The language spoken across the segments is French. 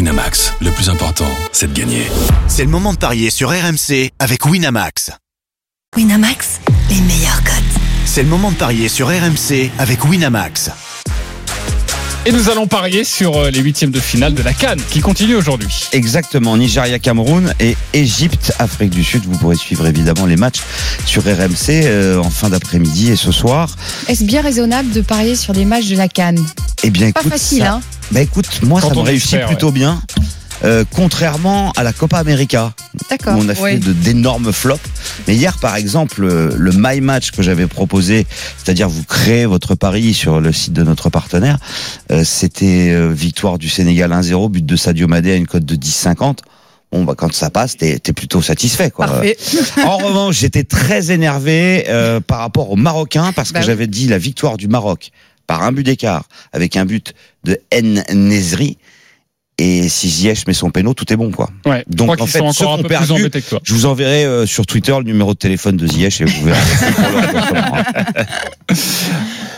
Winamax, le plus important, c'est de gagner. C'est le moment de parier sur RMC avec Winamax. Winamax, les meilleurs cotes. C'est le moment de parier sur RMC avec Winamax. Et nous allons parier sur euh, les huitièmes de finale de la Cannes qui continue aujourd'hui. Exactement, Nigeria, Cameroun et Égypte, Afrique du Sud. Vous pourrez suivre évidemment les matchs sur RMC euh, en fin d'après-midi et ce soir. Est-ce bien raisonnable de parier sur des matchs de la Cannes Eh bien, Pas écoute, facile, ça- hein bah, écoute, moi Quand ça me on est réussit expert, plutôt bien. euh, contrairement à la Copa América, où D'accord. on a fait ouais. de- euh, d'énormes flops. Mais hier, par exemple, euh, le My Match que j'avais proposé, c'est-à-dire vous créez votre pari sur le site de notre partenaire, euh, c'était euh, victoire du Sénégal 1-0, but de Sadio Madé à une cote de 10-50. Bon, bah, quand ça passe, t'es t'es plutôt satisfait. Quoi. Euh, Parfait. En revanche, j'étais très énervé euh, par rapport aux Marocains parce que Bah oui. j'avais dit la victoire du Maroc par un but d'écart avec un but de N Nesri. Et si Ziyech met son péno, tout est bon, quoi. Ouais. Donc, je crois en qu'ils fait, sont ceux encore un qui peu ont perdu- plus embêtés que toi. Je vous enverrai euh, sur Twitter le numéro de téléphone de Ziyech et vous verrez.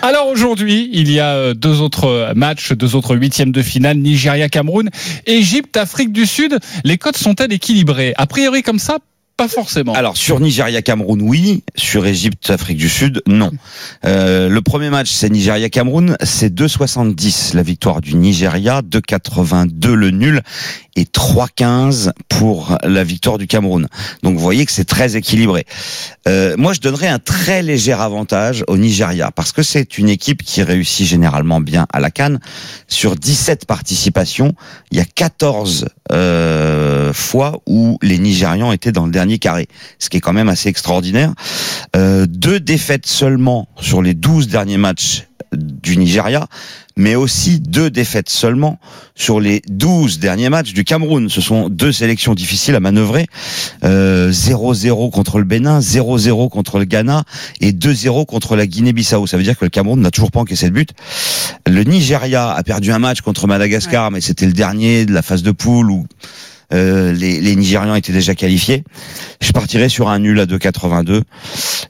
Alors aujourd'hui, il y a euh, deux autres euh, matchs, deux autres huitièmes de finale, Nigeria, Cameroun, Égypte, Afrique du Sud. Les cotes sont-elles équilibrées A priori comme ça, pas forcément. Alors sur Nigeria Cameroun oui, sur Égypte Afrique du Sud non. Euh, le premier match c'est Nigeria Cameroun, c'est 2,70 la victoire du Nigeria, 2,82 le nul et 3,15 pour la victoire du Cameroun. Donc vous voyez que c'est très équilibré. Euh, moi je donnerais un très léger avantage au Nigeria parce que c'est une équipe qui réussit généralement bien à la Cannes. Sur 17 participations, il y a 14 euh, fois où les Nigérians étaient dans le dernier carré, ce qui est quand même assez extraordinaire. Euh, deux défaites seulement sur les 12 derniers matchs du Nigeria, mais aussi deux défaites seulement sur les 12 derniers matchs du Cameroun. Ce sont deux sélections difficiles à manœuvrer. Euh, 0-0 contre le Bénin, 0-0 contre le Ghana et 2-0 contre la Guinée-Bissau. Ça veut dire que le Cameroun n'a toujours pas encaissé de but. Le Nigeria a perdu un match contre Madagascar, mais c'était le dernier de la phase de poule où euh, les, les Nigérians étaient déjà qualifiés. Je partirais sur un nul à 2,82.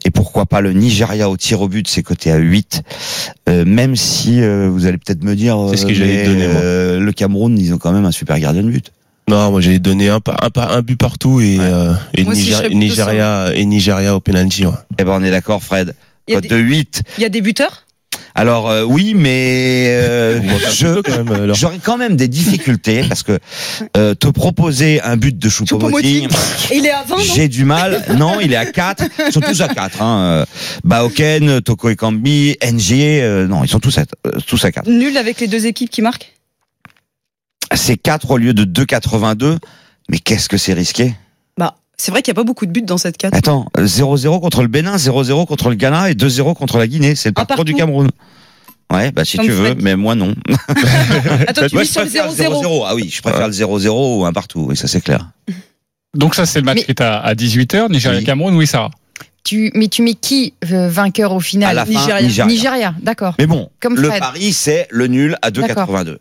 Et pourquoi pas le Nigeria au tir au but, c'est coté à 8. Euh, même si euh, vous allez peut-être me dire, C'est ce que euh, j'allais mais, te donner, moi. euh, le Cameroun, ils ont quand même un super gardien de but. Non, moi j'allais donner un, pa- un, pa- un but partout et, euh, et Moi aussi, Niger- je serais plutôt Nigeria et Nigeria au penalty. ouais. Eh ben on est d'accord, Fred. Il y a Cote des- de 8. Il y a des buteurs Alors euh, oui, mais euh, On voit un je peu quand même, euh, leur- j'aurais quand même des difficultés parce que euh, te proposer un but de Choupo-Moting, Et il est à 20, non j'ai du mal. Non, il est à 4. Ils sont tous à 4. Hein. Euh, Baoken, Toko Ekambi, NG, euh, non, ils sont tous à, euh, tous à 4. Nul avec les deux équipes qui marquent C'est 4 au lieu de 2,82. Mais qu'est-ce que c'est risqué Bah, c'est vrai qu'il n'y a pas beaucoup de buts dans cette carte. Attends, euh, 0-0 contre le Bénin, 0-0 contre le Ghana et 2-0 contre la Guinée. C'est le Un parcours du Ah, partout. Cameroun. Ouais, bah si Comme tu veux, Fred. mais moi non. Attends, tu Moi, mets je sur le préfère 0-0. Ah oui, je préfère le 0-0 ou un partout. Oui, ça c'est clair. Donc ça, c'est le match Mais- qui est à, 18h, Nigeria, Oui. Cameroun, oui, Sarah. Tu, mais tu mets qui euh, vainqueur au final à la fin, Nigeria. Nigeria. Nigeria, d'accord. Mais bon, Comme le Fred. pari c'est le nul à 2,82.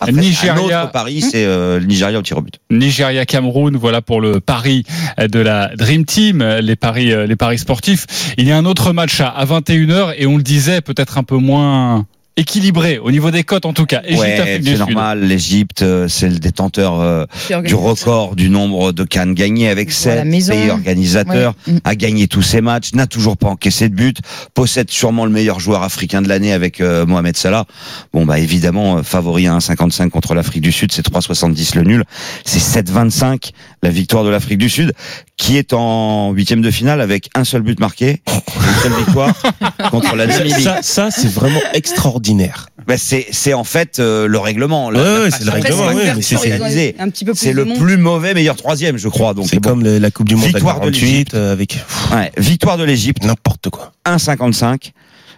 Après, Nigeria. un autre pari Hmm. c'est euh, le Nigeria au tir au but. Nigeria, Cameroun, voilà pour le pari euh, de la Dream Team, euh, les paris, les paris sportifs. Il y a un autre match à- à 21h et on le disait, peut-être un peu moins équilibré au niveau des cotes en tout cas. Égypte, ouais, Afrique du c'est Sud. normal. L'Égypte, euh, c'est le détenteur euh, Qui organise. du record du nombre de cannes gagnées avec Ils jouent à la 7 maison. pays organisateurs. Ouais. Mm. Ah, a gagné tous ses matchs, n'a toujours pas encaissé de but, possède sûrement le meilleur joueur africain de l'année avec euh, Mohamed Salah. Bon bah évidemment euh, favori à 1,55 contre l'Afrique du Sud, c'est 3,70 le nul, c'est 7,25 la victoire de l'Afrique du Sud qui est en huitième de finale avec un seul but marqué, une seule victoire contre la Namibie. Ça, ça, c'est vraiment extraordinaire. Bah, c'est c'est en fait euh, le règlement. la- Ouais, la ouais, façon c'est le Après, règlement, dont c'est ouais, c'est ouvert mais sur les- réalisé. Un petit peu plus C'est le de monde. plus mauvais meilleur troisième, je crois. Donc C'est bon. comme le- la Coupe du Monde Victoire à de 48 euh, avec pff, Ouais, victoire de l'Égypte. n'importe quoi. 1,55.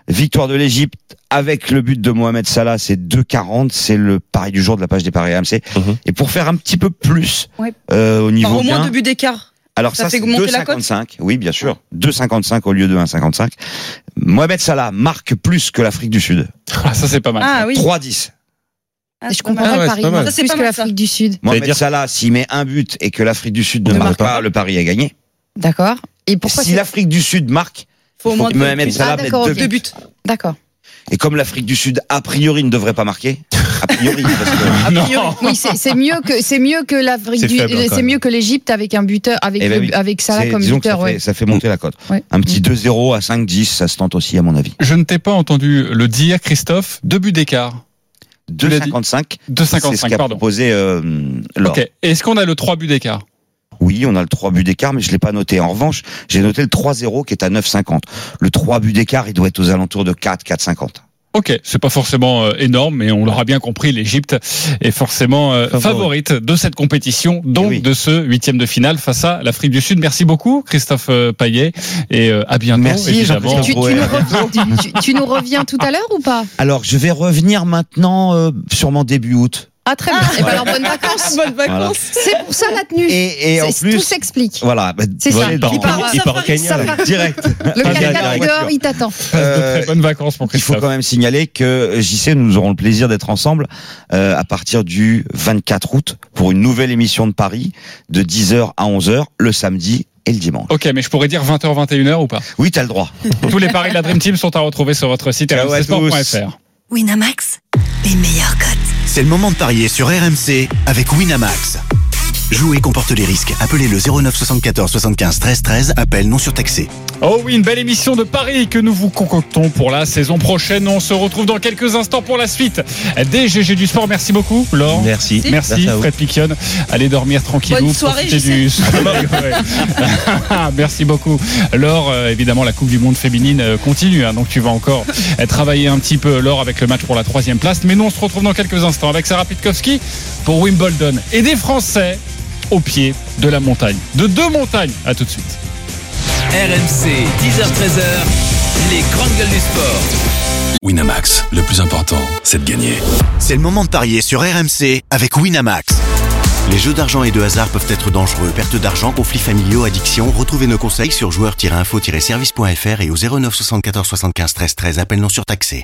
Victoire de l'Égypte avec le but de Mohamed Salah, c'est 2,40. C'est le pari du jour de la page des paris AMC. Mhm. Et pour faire un petit peu plus Ouais. euh, au Enfin, niveau au moins gain, deux buts d'écart. alors ça ça, fait c'est augmenter la cote 2,55. Oui, bien sûr. 2,55 au lieu de 1,55. Mohamed Salah marque plus que l'Afrique du Sud. Ah, ça c'est pas mal. Ah oui. 3,10. Ah, Je c'est comprends pas pas mal. le ouais, pari. c'est pas mal. moi, Ça, c'est plus pas que mal, l'Afrique du Sud. Mohamed dire- Salah, s'il met un but et que l'Afrique du Sud ne Ne marque marque pas, le pari est gagné. D'accord. Et pourquoi si c'est- l'Afrique du Sud marque, Faut au il faut moins que deux, Mohamed Salah Ah, mette d'accord, deux ok. deux buts. buts. D'accord. Et comme l'Afrique du Sud, a priori, ne devrait pas marquer, a priori. parce que- Ah, Non. Oui, c'est c'est mieux que c'est mieux que l'Afrique C'est du faible, quand c'est même. mieux que l'Égypte avec un buteur avec Eh ben le- oui. avec C'est- Salah comme disons que ça, buteur, fait, ouais. Mm. ça fait monter la cote. Ouais. Un petit 2-0 à 5-10, ça se tente aussi, à mon avis. Je ne t'ai pas entendu le dire, Christophe. Deux buts d'écart. l'as dit. 2,55. C'est ce 2,55, qu'a pardon. proposé euh, Laure. Ok. Est-ce qu'on a le 3 buts d'écart Oui, on a le 3 buts d'écart, mais je l'ai pas noté. En revanche, j'ai noté le 3-0 qui est à 9,50. Le 3 buts d'écart, il doit être aux alentours de 4, 4,50. Ok, c'est pas forcément euh, énorme, mais on l'aura bien compris, l'Égypte est forcément euh, Favorite. favorite de cette compétition, donc Eh oui. de ce huitième de finale face à l'Afrique du Sud. Merci beaucoup, Christophe euh, Payet, et euh, à bientôt. Merci, évidemment. Jean-Christophe. Tu, tu Ouais. nous reviens, tu- tu- tu nous reviens tout à l'heure ou pas Alors, je vais revenir maintenant, euh, sûrement début août. Ah très bien. Eh ben, alors bonnes vacances. Bonne vacances. C'est pour ça la tenue. Et, et en C'est- Tout plus, s'explique. voilà, bah, C'est ça. Il Il part- hein. part, il part au Kenya. ça là. part- direct. Euh, Le Pas bien, caca la dehors, voiture. il t'attend. Passe de Euh, très bonnes vacances pour Il faut Christophe. quand même signaler que JC, nous aurons le plaisir d'être ensemble euh, à partir du 24 août pour une nouvelle émission de Paris de 10h à 11h le samedi et le dimanche. Ok, mais je pourrais dire 20h, 21h ou pas Oui, t'as le droit. Tous les paris de la Dream Team sont à retrouver sur votre site Ciao à rmcsport.fr. Winamax, les meilleurs cotes. C'est le moment de parier sur RMC avec Winamax. Jouer comporte les risques. Appelez le 09 74 75 13 13. Appel non surtaxé. Oh oui, une belle émission de Paris que nous vous concoctons pour la saison prochaine. On se retrouve dans quelques instants pour la suite des GG du sport. Merci beaucoup, Laure. Merci. Merci, Merci à vous. Fred Piquion. Allez dormir tranquillou. Bonne soirée, profitez du soleil. Ouais. Merci beaucoup. Laure, euh, évidemment, la Coupe du Monde féminine euh, continue. hein, donc tu vas encore euh, travailler un petit peu, Laure, avec le match pour la troisième place. Mais nous, on se retrouve dans quelques instants avec Sarah Pitkowski pour Wimbledon. Et des Français au pied de la montagne. De deux montagnes. À tout de suite. RMC, 10h-13h, les grandes gueules du sport. Winamax, le plus important, c'est de gagner. C'est le moment de parier sur RMC avec Winamax. Les jeux d'argent et de hasard peuvent être dangereux. Perte d'argent, conflits familiaux, addiction. Retrouvez nos conseils sur joueurs-info-service.fr et au 09 74 75 13 13. Appel non surtaxé.